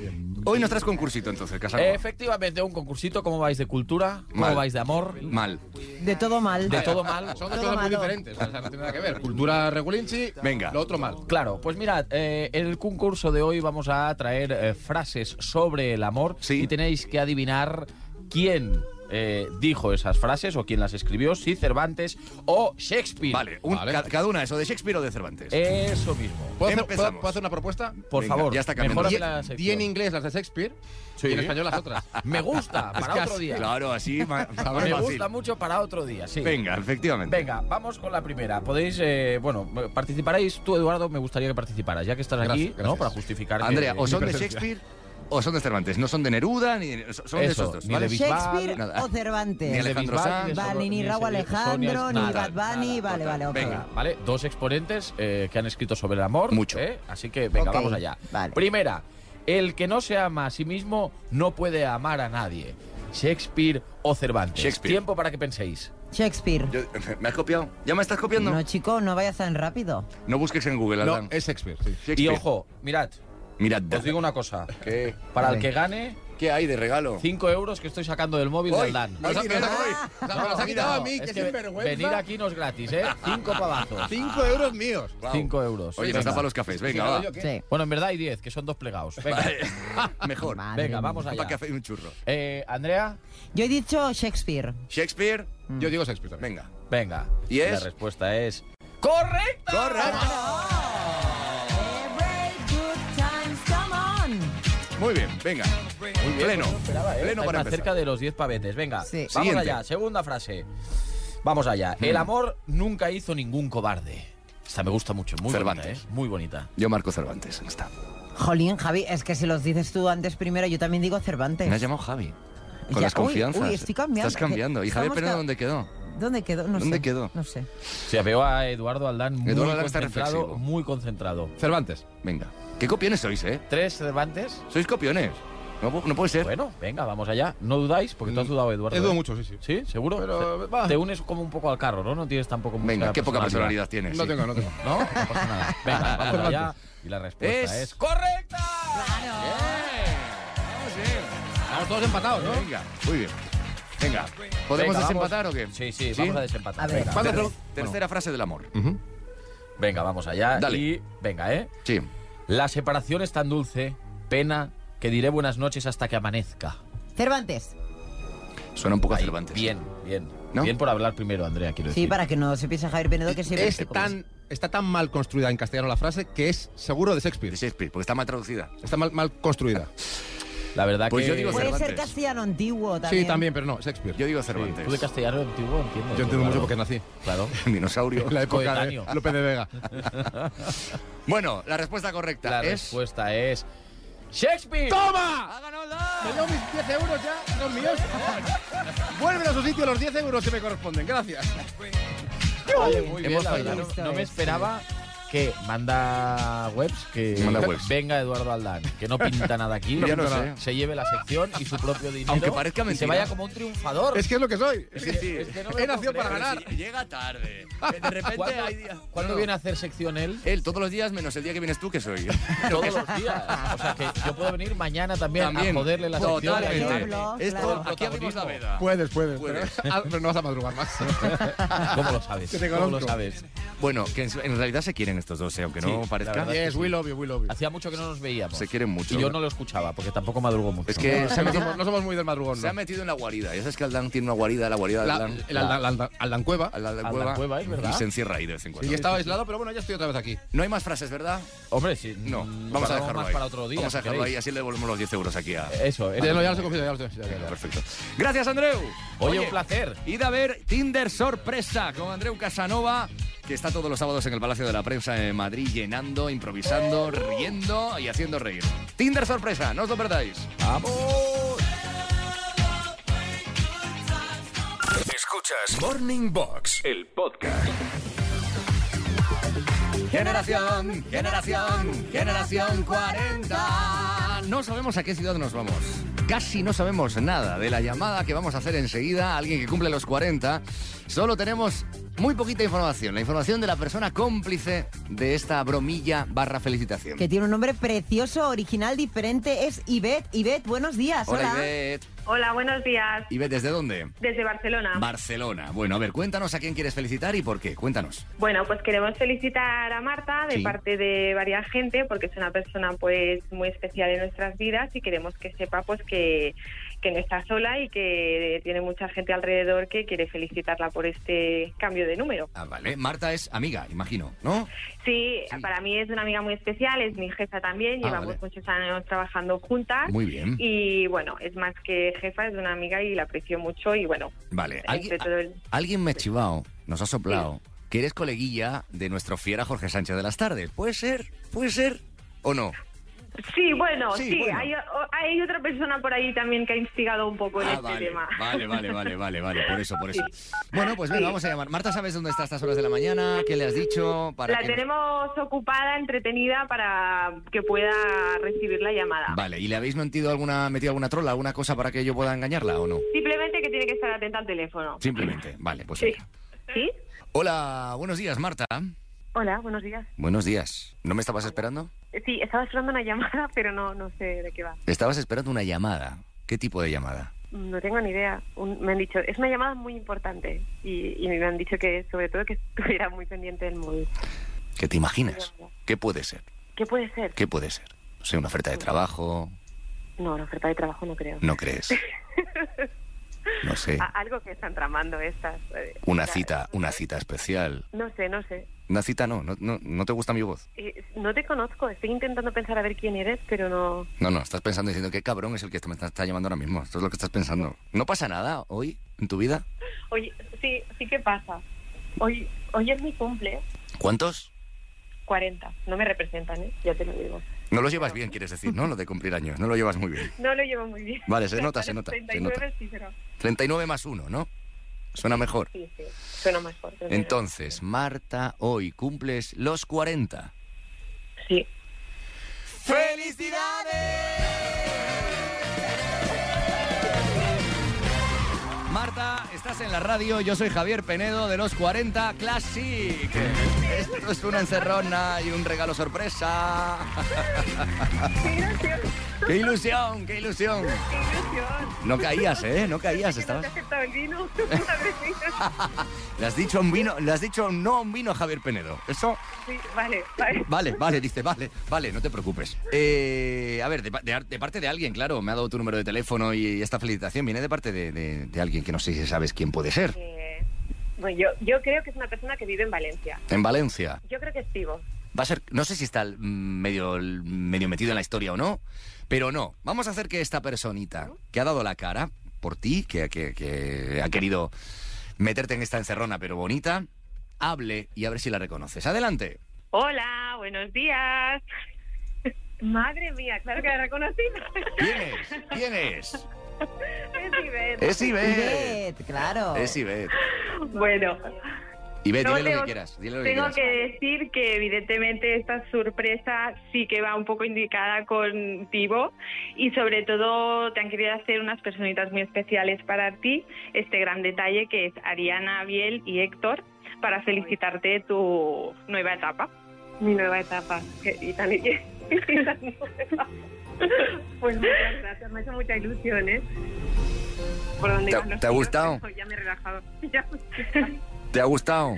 S2: Hoy nos traes concursito entonces, Casanova.
S11: Efectivamente, un concursito. ¿Cómo vais de cultura? Eh, ¿Cómo
S2: Mal.
S11: vais de amor?
S2: Mal.
S4: De todo mal.
S11: De todo mal.
S10: Son
S4: Todo
S10: dos cosas muy
S4: malo.
S10: diferentes. O sea, no tiene nada que ver. Cultura regulinchi,
S2: Venga.
S10: Lo otro mal.
S11: Claro, pues mirad, eh, en el concurso de hoy vamos a traer eh, frases sobre el amor
S2: Sí.
S11: y tenéis que adivinar quién eh, dijo esas frases o quién las escribió, si Cervantes o Shakespeare.
S2: Vale, un-
S10: Vale.
S2: ca- cada una eso, de Shakespeare o de Cervantes.
S11: Eso mismo.
S10: ¿Puedo hacer,
S2: Empezamos.
S10: puedo- puedo hacer una propuesta?
S11: Por
S2: Venga,
S11: favor,
S2: ya está cambiando.
S11: mejorame
S2: Die-
S11: la
S10: Di en
S11: sección.
S10: inglés las de Shakespeare
S11: Sí.
S10: y en español las otras.
S11: *laughs* Me gusta, para otro día.
S2: Claro, así
S10: *laughs*
S2: ma- *laughs* más
S11: Me
S2: fácil.
S11: gusta mucho para otro día, sí.
S2: Venga, efectivamente.
S11: Venga, vamos con la primera. Podéis, eh, bueno, participaréis. Tú, Eduardo, me gustaría que participaras, ya que estás
S10: Gracias,
S11: aquí, ¿no?
S10: gracias.
S11: Para justificar. que-
S2: Andrea, o
S11: mi
S2: son de
S11: presencia.
S2: Shakespeare o son de Cervantes. No son de Neruda ni de- son de
S11: Eso,
S2: esos dos,
S11: ni
S2: ¿vale?
S11: de Bisbal,
S4: Shakespeare
S2: Nada.
S4: o Cervantes.
S2: Ni Alejandro
S11: Bisbal,
S2: Sanz.
S11: *laughs* ni de-
S4: Vale, ni
S11: Ni
S4: Raúl
S11: Sonia-
S4: Alejandro, ni
S11: nada,
S4: Bad Bunny, vale, vale, ok.
S2: Venga.
S11: ¿Vale? Dos exponentes eh, que han escrito sobre el amor.
S2: Mucho.
S11: ¿eh? Así que, venga,
S4: Ok,
S11: vamos allá.
S4: vale.
S11: Primera, el que no se ama a sí mismo no puede amar a nadie. Shakespeare o Cervantes.
S2: Shakespeare.
S11: Tiempo para que penséis.
S4: Shakespeare.
S2: Yo- ¿Me has copiado? ¿Ya me estás copiando?
S4: No,
S2: No,
S4: chico, no vayas tan rápido.
S2: busques en Google,
S10: No,
S2: Adán.
S10: es Shakespeare, sí.
S11: Y
S2: Shakespeare.
S11: ojo, mirad,
S2: Mirad,
S11: os digo una cosa.
S10: ¿Qué?
S11: Para
S4: Vale.
S11: el que gane,
S2: ¿qué hay de regalo?
S11: 5 euros que estoy sacando del móvil
S2: Hoy,
S11: de Aldán.
S2: hoy.
S10: Nos ha, nos ha-
S2: dinero.
S10: nos ha- nos ha quitado a mí,
S11: es
S10: que
S11: que
S10: sinvergüenza.
S11: Venir aquí no es
S2: *laughs*
S11: gratis, ¿eh? 5 pavazos.
S10: 5 euros míos.
S2: Guau.
S11: 5 euros.
S2: Oye, me
S11: Venga.
S2: está para los cafés. Venga,
S10: Claro,
S2: va.
S10: yo qué-
S4: Sí.
S11: Bueno, en verdad hay 10, que son dos plegados. Venga,
S2: *laughs* Mejor.
S4: Madre
S11: venga
S4: mía.
S11: vamos
S2: Para
S11: allá.
S2: café y un churro.
S11: Eh, Andrea, Mm.
S4: Yo he dicho Shakespeare.
S2: Shakespeare,
S10: Yo digo Shakespeare también.
S2: venga.
S11: venga.
S2: ¿Y es?
S11: La respuesta es... ¡Correcto!
S2: Correcto.
S4: Every good times, come on.
S2: Muy bien, venga. pleno.
S11: pues
S2: pleno
S11: Estáis
S2: para
S11: ¿eh? más cerca
S2: empezar.
S11: de los 10 pavetes. Venga,
S4: Sí.
S11: vamos
S2: Siguiente. Mm.
S11: allá. Segunda frase. Vamos allá. El amor nunca hizo ningún cobarde. Esta me gusta mucho. Muy
S2: Cervantes.
S11: bonita, ¿eh? Muy bonita.
S2: Yo marco Cervantes, en esta.
S4: Jolín, Javi, es que si los dices tú antes primero, yo también digo Cervantes.
S2: Me has llamado Javi. Con
S4: Ya,
S2: las
S4: uy,
S2: confianzas.
S4: uy, estoy cambiando,
S2: Estás
S4: que
S2: cambiando. ¿Y
S4: estamos
S2: Javier Pérez
S4: ca-
S2: dónde quedó?
S4: ¿Dónde quedó? No
S2: ¿Dónde
S4: sé.
S2: quedó?
S4: No sé.
S11: Sí, veo a Eduardo Aldán muy
S2: Eduardo Aldán está
S11: concentrado.
S2: reflexivo.
S11: muy concentrado.
S10: Cervantes.
S2: Venga. ¿Qué copiones sois, eh?
S11: Tres Cervantes.
S2: Sois copiones. No, pu- no puede ser. Mm.
S11: Bueno, venga, vamos allá. No dudáis, porque tú has dudado, Eduardo.
S10: He dudado
S11: ¿eh?
S10: mucho, sí, sí.
S11: ¿Sí? ¿Seguro?
S10: Pero,
S11: Se-
S10: va.
S11: Te unes como un poco al carro, ¿no? No tienes tampoco mucha
S2: Venga, qué poca personalidad tienes.
S10: No
S2: sí.
S10: tengo, no tengo.
S11: *laughs* ¿No? No pasa nada. Venga,
S10: *laughs*
S11: vamos allá. Y la respuesta
S2: Es-
S11: es... ¡Correcta!
S10: Estamos todos empatados, ¿no?
S2: Venga, muy bien. Venga, ¿podemos
S11: Venga,
S2: desempatar
S11: vamos.
S2: o qué?
S11: Sí, sí, vamos a desempatar.
S4: A ver.
S11: Venga,
S2: Ter-
S11: Ter-
S2: Tercera frase del amor.
S11: venga, vamos allá.
S2: Dale.
S11: Y venga, ¿eh?
S2: Sí.
S11: La separación es tan dulce, pena, que diré buenas noches hasta que amanezca.
S4: Cervantes.
S2: Suena un poco a
S11: Ahí,
S2: Cervantes.
S11: Bien, bien.
S2: ¿No?
S11: Bien por hablar primero, Andrea, quiero decir.
S4: Sí, para que no se piense Javier Penedo que siempre
S10: es
S4: sé cómo
S10: tan, está tan mal construida en castellano la frase que es seguro de Shakespeare.
S2: De Shakespeare, porque está mal traducida.
S10: Está mal, mal
S11: *laughs*
S10: construida.
S11: La verdad
S2: Pues
S11: que...
S2: yo digo
S4: Puede ser
S2: Cervantes.
S4: castellano antiguo también.
S10: Sí, también, pero no, Shakespeare.
S2: Yo digo
S11: Sí,
S2: Cervantes.
S11: Tú de castellano antiguo entiendes.
S10: Yo entiendo
S11: claro.
S10: mucho porque nací.
S11: Claro.
S2: *laughs* Dinosaurio.
S10: En la época de
S11: Coetáneo.
S10: López de Vega.
S2: *laughs* Bueno, la respuesta correcta
S11: La
S2: es...
S11: respuesta es... ¡Shakespeare!
S10: ¡Toma! ¡Ha ganado Me llevo mis 10 euros ya, son míos. eh. Vuelven a su sitio los 10 euros que me corresponden, gracias.
S11: Oye, muy bien,
S2: Hemos
S11: la verdad,
S2: fallado.
S11: No, no me esperaba que manda webs, que
S2: Manda webs.
S11: venga Eduardo Aldán, que no pinta nada aquí,
S2: *laughs* Ya lo sé.
S11: se lleve la sección y su propio dinero,
S2: Aunque parezca
S11: y se
S2: mentira.
S11: vaya como un triunfador.
S10: Es que es lo que soy.
S2: Sí, sí.
S11: Es que no me
S10: He
S11: lo
S10: nacido
S11: puedo
S10: para
S11: creer.
S10: ganar.
S2: Llega tarde. De repente
S11: ¿Cuándo,
S2: hay días...
S11: cuándo
S2: No.
S11: viene a hacer sección él?
S2: Él todos los días menos el día que vienes tú, que soy.
S11: *laughs* Todos los días.
S2: *laughs*
S11: O sea, que yo puedo venir mañana también,
S2: También.
S11: a joderle la sección.
S2: Totalmente.
S11: a
S4: Yo hablo,
S2: Esto-
S4: claro.
S2: Aquí abrimos la veda.
S10: Puedes, puedes.
S2: Puedes.
S10: Pero,
S11: *laughs*
S10: ah, pero no vas a
S2: *laughs*
S10: madrugar más.
S2: Pues,
S11: Eduardo. ¿Cómo lo sabes?
S10: Que te
S11: ¿Cómo lo
S10: conozco.
S11: sabes?
S2: Bueno, que en en realidad se quieren estos dos, eh, aunque
S11: Sí,
S2: no
S11: la
S2: parezca.
S11: verdad.
S10: yes, we love you, we love you.
S11: Hacía mucho que no nos veíamos.
S2: Se quieren mucho.
S11: Y yo no lo escuchaba, porque tampoco madrugo mucho.
S2: Es *laughs* que se ha,
S10: No
S2: metido,
S10: somos, no somos muy del madrugón,
S2: se ha
S10: ¿no?
S2: metido en la guarida. Ya sabes que Aldán tiene una guarida, la guarida de
S10: La,
S2: Aldán.
S10: el Aldan- Aldan- Aldan Cueva.
S2: Al lado de la
S11: Aldán
S2: cueva,
S11: Cueva, es verdad.
S2: Y se encierra ahí de vez en cuando.
S10: Y estaba aislado, pero bueno, ya estoy otra vez aquí.
S2: No hay más frases, ¿verdad?
S11: Hombre, sí.
S2: No.
S11: mm,
S2: Vamos a
S11: guardamos
S2: dejarlo
S11: más
S2: ahí.
S11: para otro día.
S2: Vamos a
S11: si
S2: dejarlo ahí,
S11: queréis.
S2: así le devolvemos los 10 euros aquí a...
S11: Eso, eso.
S2: Eh,
S10: Ya, no, ya lo he cogido, ya lo he cogido, ya, ya, ya.
S2: Perfecto. Gracias, Andreu.
S11: Oye, un placer.
S2: Id a ver Tinder Sorpresa con Andreu Casanova, que está todos los sábados en el Palacio de la Prensa en Madrid, llenando, improvisando, riendo y haciendo reír. Tinder Sorpresa, no os lo perdáis.
S1: Escuchas Morning Box, el podcast.
S2: Generación, generación, generación 40. No sabemos a qué ciudad nos vamos. Casi no sabemos nada de la llamada que vamos a hacer enseguida a alguien que cumple los 40. Solo tenemos muy poquita información. La información de la persona cómplice de esta bromilla barra felicitación.
S4: Que tiene un nombre precioso, original, diferente. Es Ivette. Ivette, buenos días.
S2: Hola,
S4: Hola.
S2: Ivette.
S12: Hola, buenos días.
S2: Ivette, ¿desde dónde?
S12: Desde Barcelona.
S2: Barcelona. Bueno, a ver, cuéntanos a quién quieres felicitar y por qué. Cuéntanos.
S12: bueno, pues queremos felicitar a Marta de
S2: Sí.
S12: parte de varias gente porque es una persona pues muy especial en nuestras vidas y queremos que sepa pues que, que no está sola y que tiene mucha gente alrededor que quiere felicitarla por este cambio de número.
S2: Ah, vale. Marta es amiga, imagino, ¿no?
S12: Sí,
S2: Sí.
S12: para mí es una amiga muy especial, es mi jefa también,
S2: Ah,
S12: llevamos
S2: vale.
S12: muchos años trabajando juntas.
S2: Muy bien.
S12: Y bueno, es más que jefa, es una amiga y la aprecio mucho y bueno,
S2: Vale.
S12: entre
S2: ¿Alguien,
S12: todo el...
S2: Alguien me ha chivado, nos ha soplado, que eres coleguilla de nuestro fiera Jorge Sánchez de las Tardes. ¿Puede ser? ¿Puede ser? ¿O no?
S12: Sí, bueno,
S2: Sí,
S12: sí,
S2: bueno.
S12: Hay, o- hay otra persona por ahí también que ha instigado un poco en
S2: Ah,
S12: este
S2: vale,
S12: tema.
S2: vale, vale, vale, vale, vale, por eso, por eso. Bueno, pues venga, vamos a llamar. Marta, ¿sabes dónde está a estas horas de la mañana? ¿Qué le has dicho? Para
S12: La
S2: que-
S12: tenemos ocupada, entretenida para que pueda recibir la llamada.
S2: Vale, ¿y le habéis metido alguna, metido alguna trola, alguna cosa para que yo pueda engañarla o no?
S12: Simplemente que tiene que estar atenta al teléfono.
S2: Simplemente, vale, pues
S12: Sí.
S2: venga.
S12: ¿Sí?
S2: Hola, buenos días, Marta.
S12: Hola, buenos días. Eh,
S2: Buenos días. ¿No me estabas esperando?
S12: Sí, estaba esperando una *laughs* llamada, pero no, no sé de qué va.
S2: Estabas esperando una llamada. ¿Qué tipo de llamada?
S12: No tengo ni idea. Un- me han dicho, es una llamada muy importante y, y me han dicho que sobre todo que *laughs* estuviera muy pendiente del móvil.
S2: ¿Qué te imaginas? ¿Qué puede ser?
S12: ¿Qué puede ser?
S2: ¿Qué puede ser? No sé, una oferta de trabajo,
S12: No, la oferta de trabajo no creo.
S2: ¿No crees? No sé.
S12: A- algo que están tramando estas. eh,
S2: Una
S12: la-
S2: cita, una cita especial.
S12: No sé, no sé.
S2: Una cita no, no, no, no te gusta mi voz.
S12: Eh, No te conozco, estoy intentando pensar a ver quién eres, pero no.
S2: No, no, estás pensando diciendo qué cabrón es el que me está, está llamando ahora mismo. Esto es lo que estás pensando. ¿No pasa nada hoy en tu vida?
S12: Oye, sí, sí que pasa. Hoy, hoy es mi cumple,
S2: ¿Cuántos?
S12: 40. No me representan, ¿eh? Ya te lo digo.
S2: No los llevas bien, quieres decir, ¿no? Lo de cumplir años, no lo llevas muy bien.
S12: No lo llevo muy bien.
S2: Vale,
S12: *laughs*
S2: se nota, se nota, se
S12: 39
S2: nota.
S12: sí, pero.
S2: 39 más 1, ¿no? Suena mejor.
S12: Sí, sí. Suena más fuerte.
S2: Entonces, Marta, hoy cumples los 40.
S12: Sí.
S2: ¡Felicidades!
S13: en la radio. Yo soy Javier Penedo de los 40 Classic. Esto es una encerrona y un regalo sorpresa. ¡Qué ilusión! ¡Qué ilusión! No caías, ¿eh? No caías. Estabas...
S12: aceptado el *laughs* vino.
S13: Le has dicho un vino, le has dicho no a un vino a Javier Penedo. Eso.
S12: Sí, vale, vale.
S13: Vale, vale, dice, vale, vale, no te preocupes. Eh, a ver, de, pa- de ar- de parte de alguien, claro, me ha dado tu número de teléfono y, esta felicitación viene de parte de, de- de alguien que no sé si sabes quién puede ser.
S12: Eh, bueno, yo, yo creo que es una persona que vive en Valencia.
S2: En Valencia.
S12: Yo creo que es Tivo.
S2: Va a ser, no sé si está el- medio, el- medio metido en la historia o no, pero no. Vamos a hacer que esta personita que ha dado la cara por ti, que, que- que ha querido meterte en esta encerrona pero bonita, hable y a ver si la reconoces. Adelante.
S12: Hola, buenos días. *laughs* Madre mía, claro que la reconocí.
S2: ¿Quién es? ¿Quién es?
S12: *laughs* Es Ivette.
S2: Es Ivette. Ivette,
S4: claro.
S2: Es Ivette.
S12: Bueno,
S2: Ivette,
S12: No,
S2: dile lo
S12: Leo,
S2: que quieras. Dile lo que
S12: tengo
S2: quieras.
S12: que decir que evidentemente esta sorpresa sí que va un poco indicada con Tivo y sobre todo te han querido hacer unas personitas muy especiales para ti, este gran detalle que es Ariana, Abiel y Héctor para felicitarte tu nueva etapa. Mi nueva etapa. Y tan, *laughs* Pues muchas gracias, me hace mucha ilusión, ¿eh? Por
S2: ¿Te-
S12: donde iban los
S2: te ha
S12: tiros, pues,
S2: gustado?
S12: Ya me he relajado. *laughs* Ya me he relajado.
S2: ¿Te ha gustado?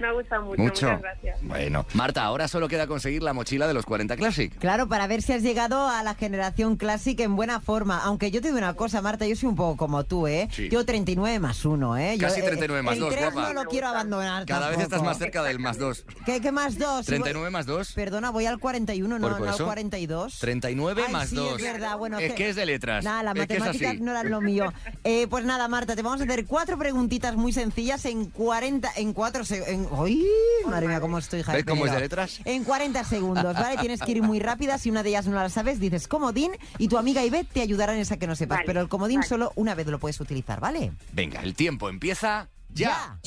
S12: Me ha gustado mucho,
S2: Mucho.
S12: muchas gracias.
S2: Bueno, Marta, ahora solo queda conseguir la mochila de los 40 Classic.
S4: Claro, para ver si has llegado a la generación clásica en buena forma. Aunque yo te digo una cosa, Marta, yo soy un poco como tú, ¿eh?
S2: Sí.
S4: Yo 39 más 1, ¿eh? Yo,
S2: Casi
S4: eh,
S2: 39 más
S4: el
S2: 2,
S4: tres
S2: guapa.
S4: no lo quiero abandonar
S2: Cada vez estás
S4: tampoco.
S2: más cerca del más dos.
S4: ¿Qué, qué más 2?
S2: 39 más 2.
S4: Perdona, voy al 41, no,
S2: Por- por
S4: no al
S2: eso.
S4: 42.
S2: 39
S4: Ay,
S2: más
S4: sí,
S2: 2.
S4: Es, verdad. Bueno,
S2: es que es de letras.
S4: Nada, las
S2: es que es
S4: matemáticas
S2: así.
S4: no eran
S2: *laughs*
S4: lo mío. Eh, pues nada, Marta, te vamos a hacer cuatro preguntitas muy sencillas en 40, en 4 segundos. ¡Uy! Madre mía, cómo estoy, Jaime.
S2: ¿Ves cómo es de
S4: Penedo.
S2: letras?
S4: En 40
S2: *laughs*
S4: segundos, ¿vale? Tienes que ir muy rápida. Si una de ellas no la sabes, dices comodín y tu amiga Ivette te ayudará en esa que no sepas. Pero el comodín solo una vez lo puedes utilizar, ¿vale?
S2: Venga, el tiempo empieza ya.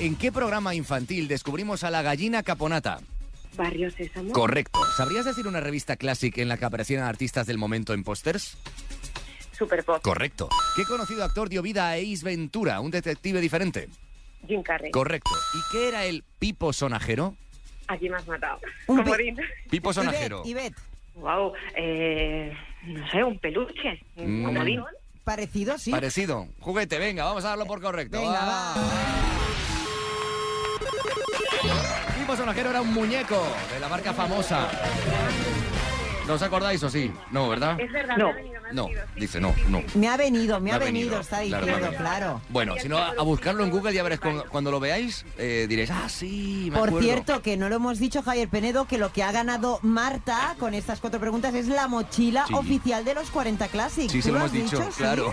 S2: ¿En qué programa infantil descubrimos a la gallina caponata?
S12: Barrio Sésamo.
S2: Correcto. ¿Sabrías decir una revista clásica en la que aparecieran artistas del momento en pósters?
S12: Superpop.
S2: Correcto. ¿Qué conocido actor dio vida a Ace Ventura, un detective diferente?
S12: Jim Carrey.
S2: Correcto. ¿Y qué era el pipo sonajero?
S12: Aquí me has matado.
S4: Un
S12: Comodín.
S2: Pipo sonajero.
S4: Ivette.
S12: Wow, eh, no sé, un peluche. Un
S2: Mm.
S12: comodín.
S4: Parecido, sí.
S2: Parecido. Juguete, venga, vamos a darlo por correcto. Ah.
S4: Venga, va.
S2: Pipo Sonajero era un muñeco de la marca famosa. ¿No os acordáis o sí? No, ¿verdad?
S12: Es verdad,
S2: no.
S12: me ha venido,
S2: No, dice no, no.
S4: Me ha venido, me
S2: Me
S4: ha
S2: ha
S4: venido,
S2: venido,
S4: está
S2: claro, me
S4: diciendo,
S2: ha
S4: claro.
S2: venido. Bueno, si no, a, a buscarlo en Google ya veréis cu- cuando lo veáis, eh, diréis, ah, sí, me
S4: Por
S2: acuerdo.
S4: cierto, que no lo hemos dicho, Javier Penedo, que lo que ha ganado Marta con estas cuatro preguntas es la mochila
S2: Sí.
S4: oficial de los 40 Classic.
S2: Sí,
S4: ¿Tú
S2: se lo
S4: lo
S2: hemos
S4: has
S2: dicho,
S4: Sí.
S2: claro.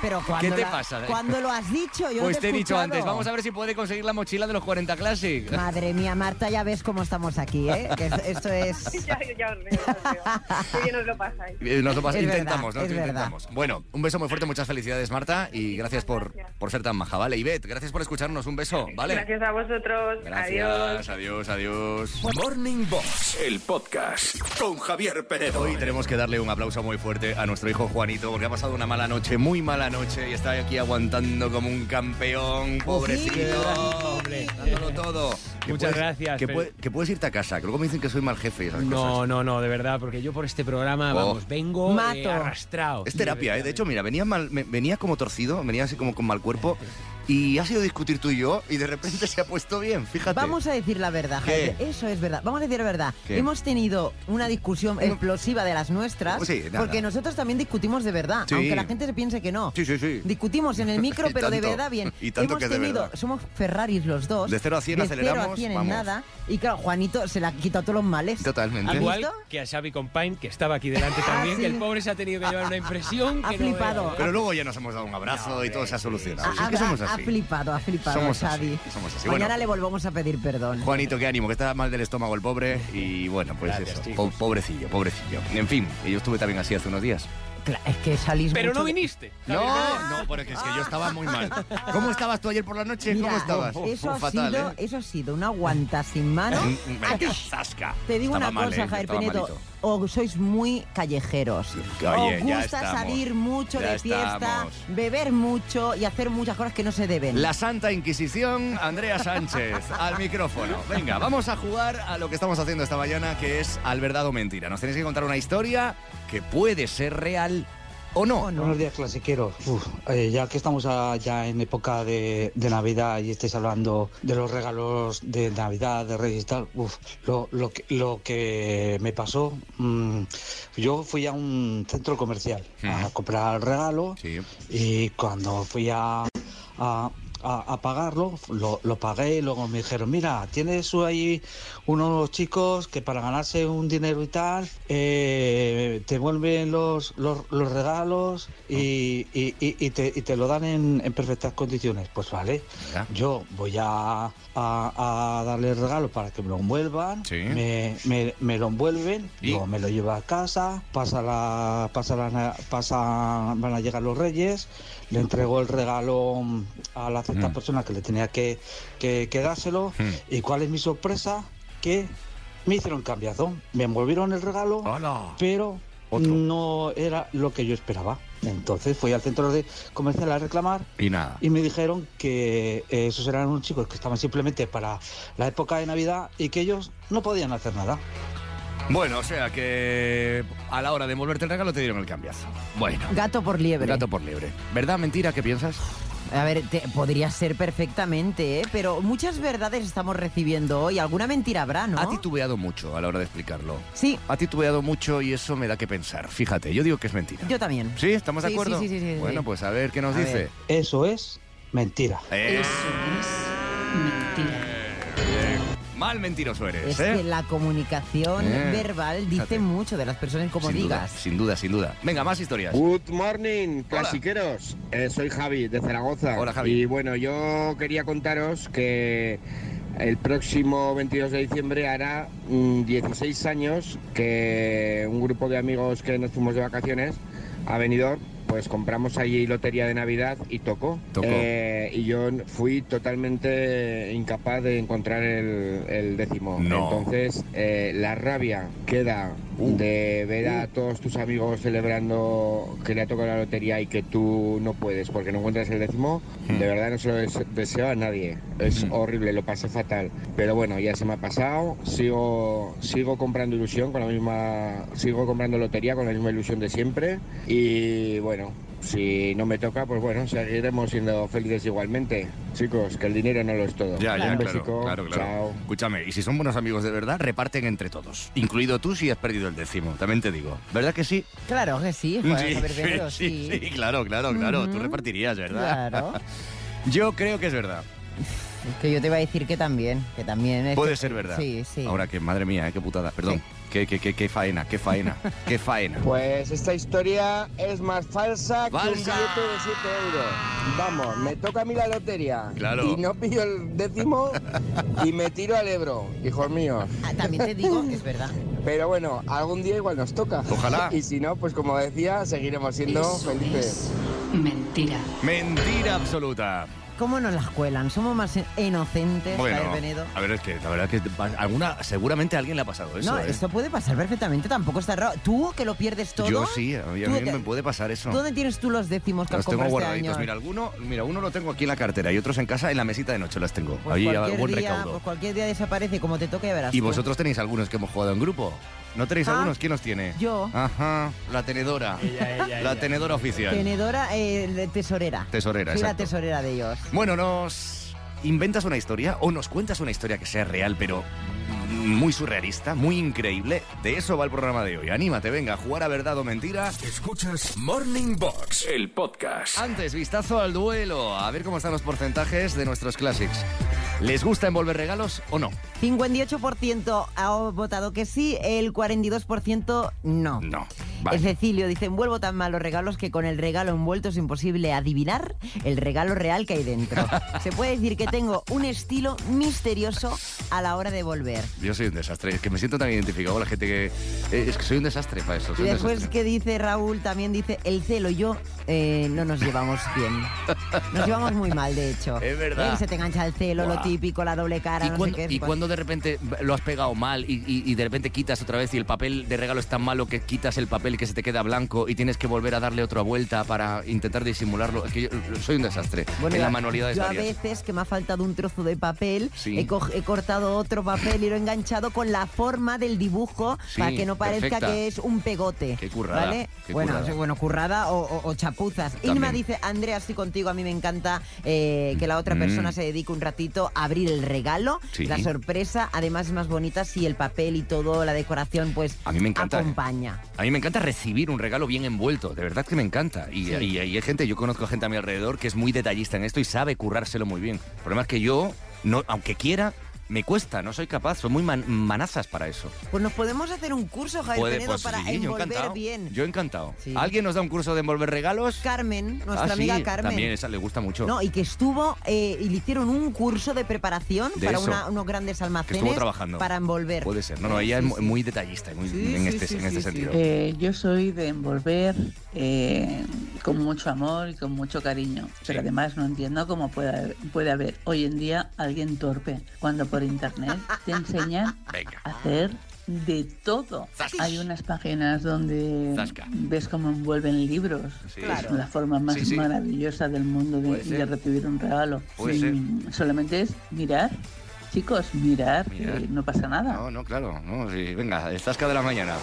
S4: Pero cuando
S2: te
S4: la-
S2: pasa, eh?
S4: Cuando lo has dicho, yo no
S2: Pues te he dicho
S4: escuchado.
S2: antes, vamos a ver si *laughs* puede conseguir la mochila de los 40 Classic.
S4: Madre mía, Marta, ya ves cómo estamos aquí, ¿eh? Que es- esto es...
S12: ya, ya os veo, os veo. Qué bien os lo pasáis.
S2: *laughs* Eh, Nos lo pas-
S4: Es verdad,
S2: intentamos, ¿no?
S4: es
S2: Lo
S4: verdad.
S2: intentamos. Bueno, un beso muy fuerte, muchas felicidades, Marta, y gracias por, por ser tan maja, ¿vale? Ivette, gracias por escucharnos, un beso, ¿vale?
S12: Gracias a vosotros. Adiós.
S2: Gracias, adiós, adiós.
S1: Morning Box, el podcast con Javier Penedo.
S2: Hoy tenemos que darle un aplauso muy fuerte a nuestro hijo Juanito porque ha pasado una mala noche, muy mala noche y está aquí aguantando como un campeón, pobrecito, dándolo todo. Que
S14: Muchas
S2: puedes-
S14: gracias,
S2: Que,
S14: Fer.
S2: puede- que puedes irte a casa, que luego me dicen que soy mal jefe y esas
S14: No,
S2: cosas.
S14: no, no, de verdad, porque yo por este programa,
S2: Oh.
S14: vamos, vengo eh, arrastrado.
S2: Es terapia, ¿eh? De hecho, mira, venía, mal, me- venía como torcido, venía así como con mal cuerpo y ha sido discutir tú y yo y de repente se ha puesto bien, fíjate.
S4: *laughs* Vamos a decir la verdad,
S2: ¿Qué?
S4: Javier. Eso es verdad. Vamos a decir la verdad.
S2: ¿Qué? ¿Eh?
S4: Hemos tenido una discusión explosiva de las nuestras,
S2: Sí, nada.
S4: porque nosotros también discutimos de verdad,
S2: Sí.
S4: aunque la gente se piense que no.
S2: Sí, sí, sí. *laughs*
S4: Discutimos en el micro,
S2: Y
S4: pero de
S2: tanto.
S4: verdad bien.
S2: Y tanto
S4: Hemos
S2: que de
S4: tenido,
S2: verdad.
S4: somos Ferraris los dos.
S2: De cero a cien
S4: de Cero
S2: aceleramos,
S4: a 100 en
S2: vamos.
S4: nada. Y claro, Juanito se le ha quitado todos los males.
S2: Totalmente.
S4: ¿Has
S14: Igual
S4: visto?
S14: que a Xavi Compain, que estaba aquí delante
S4: *laughs* Ah,
S14: también, que el pobre se ha tenido que llevar una impresión.
S4: Ha
S14: que no
S4: flipado.
S14: veas.
S2: Pero luego ya nos hemos dado un abrazo y todo se ha solucionado.
S4: Ha,
S2: Si es que
S4: ha-
S2: somos
S4: ha
S2: así.
S4: flipado, ha flipado,
S2: Somos así,
S4: Xavi.
S2: somos así.
S4: Mañana
S2: Bueno.
S4: le volvemos a pedir perdón.
S2: Juanito, qué ánimo, que está mal del estómago el pobre. Y bueno, pues
S14: Gracias,
S2: eso.
S14: chicos.
S2: po- pobrecillo, pobrecillo. En fin, yo estuve también así hace unos días.
S4: Cla- Es que salís
S14: Pero
S4: mucho
S14: no
S4: de-
S14: viniste.
S2: No, no, porque es que yo estaba muy mal. ¿Cómo estabas tú ayer por la noche?
S4: Mira,
S2: ¿Cómo estabas?
S4: Eso,
S2: Fue
S4: ha
S2: fatal,
S4: sido,
S2: ¿eh?
S4: eso ha sido una guanta
S2: *laughs*
S4: sin mano.
S2: Venga, Zasca.
S4: Te digo
S2: Estaba
S4: una
S2: mal,
S4: cosa,
S2: ¿eh?
S4: Javier
S2: Estaba
S4: Penedo,
S2: malito.
S4: o sois muy callejeros.
S2: Oye,
S4: Os
S2: ya
S4: gusta
S2: estamos.
S4: salir mucho
S2: Ya
S4: de fiesta,
S2: estamos.
S4: beber mucho y hacer muchas cosas que no se deben.
S13: La Santa Inquisición, Andrea Sánchez, al micrófono. Venga, vamos a jugar a lo que estamos haciendo esta mañana, que es al verdad o mentira. Nos tenéis que contar una historia que puede ser real o no.
S15: Buenos días, clasiqueros. Uf, eh, ya que estamos ah, ya en época de, de Navidad y estáis hablando de los regalos de Navidad, de Reyes y tal, uf, lo, lo que, lo que me pasó, mm, yo fui a un centro comercial a comprar el regalo y cuando fui a, a- a- a pagarlo, lo, lo pagué y luego me dijeron, mira, tienes ahí unos chicos que para ganarse un dinero y tal, eh, te vuelven los, los, los regalos y, y- y- y te, y te lo dan en, en perfectas condiciones. Pues vale, yo voy a, a- a darle el regalo para que me lo envuelvan, me, me- me lo envuelven, luego me lo llevo a casa, pasa la, pasa la na- pasa, van a llegar los reyes, le entrego el regalo mm, a la cierta persona que le tenía que, que, que dárselo y cuál es mi sorpresa, que me hicieron cambiazo, me envolvieron el regalo, pero no era lo que yo esperaba. Entonces fui al centro de comercial a reclamar
S2: Y nada.
S15: y me dijeron que eh, esos eran unos chicos que estaban simplemente para la época de Navidad y que ellos no podían hacer nada.
S2: Bueno, o sea que a la hora de envolverte el regalo te dieron el cambiazo. Bueno.
S4: Gato por liebre.
S2: Gato por liebre. ¿Verdad, mentira? ¿Qué piensas?
S4: A ver, te- podría ser perfectamente, ¿eh? pero muchas verdades estamos recibiendo hoy. Alguna mentira habrá, ¿no?
S2: Ha titubeado mucho a la hora de explicarlo.
S4: Sí.
S2: Ha titubeado mucho y eso me da que pensar. Fíjate, yo digo que es mentira.
S4: Yo también.
S2: ¿Sí? ¿Estamos de
S4: Sí,
S2: acuerdo?
S4: sí, sí, sí, sí.
S2: bueno, pues a ver qué nos
S15: A
S2: dice.
S15: ver. Eso es mentira.
S2: Eh,
S16: Mentira.
S2: eh, mal mentiroso eres,
S4: Es
S2: ¿eh?
S4: que la comunicación
S2: Eh,
S4: verbal dice
S2: fíjate.
S4: mucho de las personas, como
S2: sin duda,
S4: digas.
S2: sin duda, sin duda. Venga, más historias.
S17: Good morning, clasiqueros. Eh, soy Javi de Zaragoza.
S2: Hola, Javi.
S17: Y bueno, yo quería contaros que el próximo 22 de diciembre hará mm, 16 años que un grupo de amigos que nos fuimos de vacaciones a Benidorm, pues compramos allí lotería de Navidad y tocó.
S2: Tocó.
S17: Eh, y yo fui totalmente incapaz de encontrar el, el décimo.
S2: No.
S17: Entonces, eh, la rabia queda
S2: Uh.
S17: de ver a todos tus amigos celebrando que le ha tocado la lotería y que tú no puedes porque no encuentras el décimo.
S2: Hmm.
S17: De verdad no se lo des- deseo a nadie. Es horrible, lo pasé fatal. Pero bueno, ya se me ha pasado. Sigo, sigo comprando ilusión con la misma, sigo comprando lotería con la misma ilusión de siempre. Y bueno, si no me toca, pues bueno, seguiremos siendo felices igualmente. Chicos, que el dinero no lo es todo.
S2: Ya, ya, claro,
S17: Un besico.
S2: claro, claro.
S17: Chao.
S2: Escúchame, y si son buenos amigos de verdad, reparten entre todos. Incluido tú si has perdido el décimo, también te digo. ¿Verdad que sí?
S4: Claro que sí, *laughs* joder,
S2: *laughs*
S4: Javier Penedo,
S2: sí, sí, claro, claro, claro. Tú
S4: Ujú.
S2: repartirías, ¿verdad?
S4: Claro.
S2: *laughs* Yo creo que es verdad.
S4: Es que yo te iba a decir que también, que también es...
S2: Puede ser verdad.
S4: Sí, sí.
S2: Ahora que, madre mía, ¿eh? qué putada. Perdón. Qué, qué, qué, qué faena, qué
S4: *laughs*
S2: faena, qué faena.
S17: Pues esta historia es más falsa, que un
S2: ¡Falsa!
S17: billete de 7 euros. Vamos, me toca a mí la lotería.
S2: Claro.
S17: Y no pillo el décimo y me tiro al Ebro, hijos míos.
S4: Ah, También te digo que es verdad.
S17: Pero bueno, algún día igual nos toca.
S2: Ojalá.
S17: Y si no, pues como decía, seguiremos siendo
S16: Eso
S17: felices.
S16: Mentira.
S2: Mentira absoluta.
S4: ¿Cómo nos las cuelan? Somos más inocentes, Javier Penedo.
S2: a ver, es que la verdad es que va- alguna, seguramente a alguien le ha pasado eso.
S4: no,
S2: ¿eh?
S4: esto puede pasar perfectamente, tampoco está raro. ¿Tú que lo pierdes todo?
S2: Yo sí, a mí, a
S4: ¿Tú
S2: mí
S4: te-
S2: me puede pasar eso.
S4: ¿Dónde tienes tú los décimos que
S2: Los
S4: has
S2: tengo
S4: comprado este
S2: guardaditos.
S4: año?
S2: Mira, alguno, mira, uno lo tengo aquí en la cartera y otros en casa en la mesita de noche las tengo.
S4: Pues
S2: Ahí a
S4: cualquier
S2: buen
S4: día,
S2: recaudo.
S4: pues cualquier día desaparece, como te toque ya verás
S2: Y
S4: tú.
S2: vosotros tenéis algunos que hemos jugado en grupo. ¿No tenéis
S4: Ah,
S2: algunos? ¿Quién los tiene?
S4: yo.
S2: Ajá, la tenedora. *laughs* la tenedora oficial.
S4: Tenedora, eh, de tesorera.
S2: Tesorera,
S4: Soy la
S2: exacto.
S4: tesorera de ellos.
S2: Bueno, nos inventas una historia o nos cuentas una historia que sea real, pero muy surrealista, muy increíble. De eso va el programa de hoy. Anímate, venga, a jugar a verdad o mentira.
S1: Escuchas Morning Box, el podcast.
S2: Antes, vistazo al duelo, a ver cómo están los porcentajes de nuestros classics. ¿Les gusta envolver regalos o no?
S4: 58% ha votado que sí, el 42% no.
S2: No. Vale.
S4: Eh, Cecilio dice, envuelvo tan mal los regalos que con el regalo envuelto es imposible adivinar el regalo real que
S2: *laughs*
S4: hay dentro. Se puede decir que tengo un estilo misterioso a la hora de volver.
S2: Yo soy un desastre. Es que me siento tan identificado con la gente que. eh, Es que soy un desastre para eso. soy
S4: Y
S2: Pues un
S4: después
S2: desastre.
S4: que dice Raúl, también dice, el celo y yo eh, no nos llevamos bien. Nos llevamos muy mal, de hecho.
S2: Es verdad.
S4: Él se te engancha el celo, lo
S2: Buah.
S4: típico, la doble cara,
S2: ¿Y,
S4: no
S2: cuándo,
S4: sé qué. pues.
S2: y cuándo de repente lo has pegado mal y, y- y de repente quitas otra vez y el papel de regalo es tan malo que quitas el papel que se te queda blanco y tienes que volver a darle otra vuelta para intentar disimularlo? Es que yo soy un desastre.
S4: Bueno,
S2: en
S4: yo-
S2: las manualidades
S4: yo a
S2: varias.
S4: veces que me ha faltado un trozo de papel,
S2: Sí.
S4: he, cog- he cortado otro papel y lo he enganchado con la forma del dibujo
S2: Sí,
S4: para que no parezca
S2: perfecta.
S4: que es un pegote.
S2: Qué currada,
S4: ¿vale?
S2: qué
S4: bueno,
S2: currada.
S4: sí, bueno, currada o, o- o chapuzas.
S2: También.
S4: Inma dice, Andrea, estoy contigo, a mí me encanta eh, que la otra
S2: Mm.
S4: persona se dedique un ratito a abrir el regalo.
S2: Sí.
S4: La sorpresa, además, es más bonita si el papel y todo, la decoración, pues
S2: A mí me encanta.
S4: acompaña.
S2: A mí me encanta recibir un regalo bien envuelto, de verdad que me encanta. Y, y- y hay gente, yo conozco gente a mi alrededor que es muy detallista en esto y sabe currárselo muy bien. El problema es que yo, no, aunque quiera, me cuesta, no soy capaz, soy muy man- manazas para eso.
S4: Pues nos podemos hacer un curso, Javier
S2: Puede-
S4: Penedo,
S2: pues
S4: para
S2: sí, yo
S4: envolver
S2: encantado.
S4: bien.
S2: Yo encantado. ¿Alguien nos da un curso de envolver regalos?
S4: Carmen, nuestra
S2: Ah, sí,
S4: amiga Carmen.
S2: También esa le gusta mucho.
S4: No, y que estuvo, eh, y le hicieron un curso de preparación
S2: De
S4: para
S2: eso.
S4: una- unos grandes
S2: que
S4: almacenes
S2: estuvo trabajando.
S4: para envolver.
S2: Puede ser. No, no, ella
S4: Sí,
S2: es
S4: sí.
S2: mu- muy detallista y muy,
S4: Sí,
S2: en
S4: sí,
S2: este,
S4: sí,
S2: en
S4: sí,
S2: este
S4: sí.
S2: sentido.
S18: Eh, yo soy de envolver eh, con mucho amor y con mucho cariño, pero además no entiendo cómo puede haber, puede haber hoy en día alguien torpe cuando por internet te enseñan a hacer de todo. Hay unas páginas donde ves cómo envuelven libros.
S3: Sí.
S18: Es
S3: Claro.
S18: la forma más
S3: Sí, sí.
S18: maravillosa del mundo de,
S3: Puede ser.
S18: de recibir un regalo.
S3: Puede
S18: Sin- Solamente es mirar. Chicos, mirar,
S2: Mirar.
S18: eh, no pasa nada.
S2: No, no, claro. No, sí, venga, el zasca de la mañana.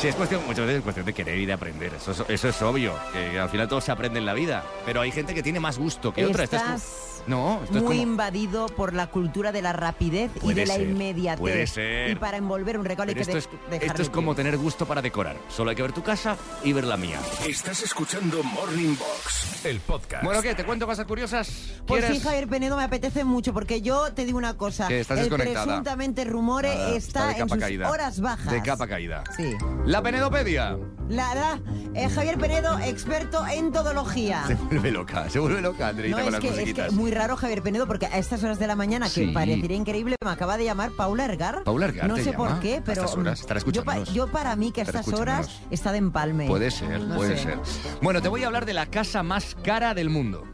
S2: Sí, es cuestión, muchas veces es cuestión de querer y de aprender. Eso, es- eso es obvio. Que al final todo se aprende en la vida. Pero hay gente que tiene más gusto que otra. Esto es como-
S4: Estás
S2: No, esto
S4: Muy
S2: es como-
S4: invadido por la cultura de la rapidez y
S2: Puede
S4: de la
S2: ser,
S4: inmediatez.
S2: puede ser.
S4: Y para envolver un regalo hay
S2: Pero
S4: que
S2: esto,
S4: de-
S2: es,
S4: dejarle
S2: esto es como tener gusto para decorar. Solo hay que ver tu casa y ver la mía.
S1: Estás escuchando Morning Box, el podcast.
S2: Bueno, ¿qué? ¿Te cuento cosas curiosas?
S4: Pues sí,
S2: ¿Quieres?
S4: Javier Penedo, me apetece mucho, porque yo te digo una cosa.
S2: Que estás
S4: el
S2: desconectada.
S4: presuntamente rumore
S2: Nada,
S4: está,
S2: Ah, de
S4: en
S2: capa
S4: sus
S2: caída.
S4: horas bajas.
S2: De capa caída.
S4: Sí.
S2: La penedopedia.
S4: La, la- eh, Javier Penedo, experto en todología.
S2: Se vuelve loca, se vuelve loca, Andreita,
S4: Ah. No,
S2: con
S4: es
S2: las
S4: que, es que
S2: musiquitas.
S4: muy raro Javier Penedo porque a estas horas de la mañana,
S2: Sí.
S4: que parecería increíble, me acaba de llamar Paula Ergar.
S2: Paula Ergar
S4: No
S2: te
S4: sé por
S2: llama a
S4: qué, pero
S2: estas horas. Estará
S4: yo, pa-
S2: escuchándonos.
S4: yo para mí que a
S2: Estará
S4: estas horas
S2: escuchándonos.
S4: está de empalme.
S2: Puede ser,
S4: No
S2: puede
S4: sé.
S2: ser. Bueno, te voy a hablar de la casa más cara del mundo.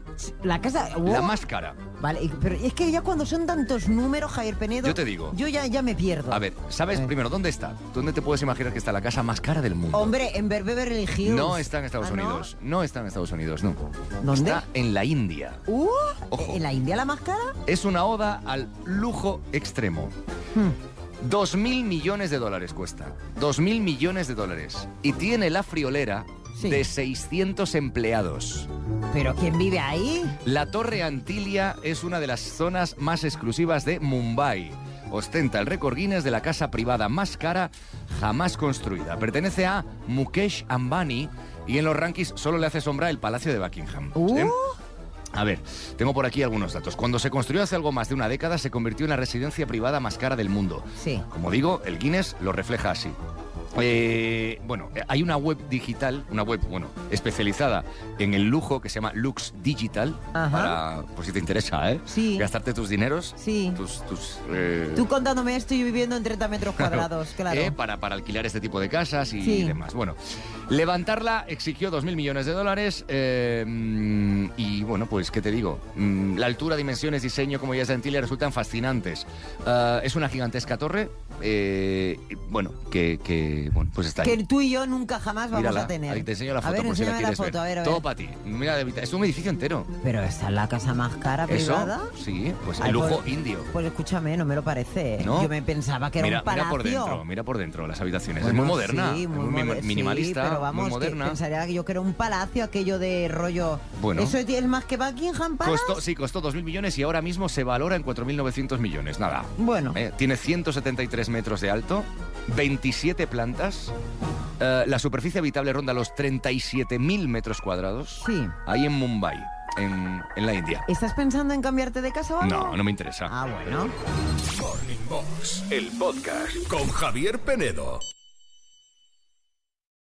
S4: La casa...
S2: La
S4: ¡Oh!
S2: más cara.
S4: Vale, y- pero es que ya cuando son tantos números, Javier Penedo...
S2: Yo te digo.
S4: Yo ya, ya me pierdo.
S2: A ver, ¿sabes primero dónde está? ¿Dónde te puedes imaginar que está la casa más cara del mundo?
S4: Hombre, en Ver- Beverly Hills.
S2: No está en Estados
S4: Oh, Ah, ¿no?
S2: Unidos. No está en Estados Unidos, no.
S4: ¿Dónde?
S2: Está en la India.
S4: Uh,
S2: Ojo.
S4: ¿En la India la más cara?
S2: Es una oda al lujo extremo.
S4: Hmm.
S2: Dos mil millones de dólares cuesta. Dos mil millones de dólares. Y tiene la friolera de 600 empleados.
S4: ¿Pero quién vive ahí?
S2: La Torre Antilia es una de las zonas más exclusivas de Mumbai. Ostenta el récord Guinness de la casa privada más cara jamás construida. Pertenece a Mukesh Ambani y en los rankings solo le hace sombra el Palacio de Buckingham. ¿Sí?
S4: ¡Uh!
S2: A ver, tengo por aquí algunos datos. Cuando se construyó hace algo más de una década, se convirtió en la residencia privada más cara del mundo.
S4: Sí.
S2: Como digo, el Guinness lo refleja así. Eh, bueno, eh, hay una web digital, una web, bueno, especializada en el lujo que se llama Lux Digital,
S4: Ajá.
S2: para, por si te interesa, ¿eh?
S4: Sí.
S2: Gastarte tus dineros.
S4: Sí.
S2: Tus, tus, eh,
S4: Tú contándome esto y yo viviendo en 30 metros cuadrados, claro.
S2: eh, para, para alquilar este tipo de casas y
S4: Sí.
S2: demás. Bueno, levantarla exigió 2.000 millones de dólares eh, mm, y bueno, pues, ¿qué te digo? Mm, la altura, dimensiones, diseño, como ya es Antilla, resultan fascinantes. Ah, es una gigantesca torre, eh, y, bueno, que, que, bueno, pues está ahí.
S4: que tú y yo nunca jamás vamos
S2: Mírala,
S4: a tener.
S2: Ahí te enseño la foto
S4: a ver,
S2: por si la
S4: enséñame
S2: quieres
S4: foto,
S2: ver.
S4: a ver, a ver.
S2: Todo para ti. Mira, la habita- es un edificio entero.
S4: Pero esta es la casa más cara
S2: Eso,
S4: privada.
S2: sí, pues
S4: Ay,
S2: el lujo
S4: pues-
S2: indio.
S4: Pues escúchame, no me lo parece. ¿eh?
S2: ¿No?
S4: Yo me pensaba que era
S2: mira,
S4: un palacio.
S2: mira por dentro, mira por dentro las habitaciones.
S4: Bueno,
S2: es muy moderna,
S4: sí,
S2: es
S4: muy
S2: muy
S4: moder-
S2: mi-
S4: sí,
S2: minimalista,
S4: pero vamos,
S2: muy
S4: que
S2: moderna.
S4: pensaría que yo creo un palacio, aquello de rollo.
S2: Bueno.
S4: ¿Eso es más que Buckingham Palace?
S2: Costó, sí, costó 2.000 millones y ahora mismo se valora en 4.900 millones. Nada.
S4: Bueno.
S2: Eh, tiene 173 metros de alto, 27 plantas. eh, la superficie habitable ronda los 37.000 metros cuadrados.
S4: Sí.
S2: Ahí en Mumbai, en, en la India.
S4: ¿Estás pensando en cambiarte de casa o algo?
S2: No, no me interesa.
S4: Ah, bueno.
S1: Morning Box, el podcast con Javier Penedo.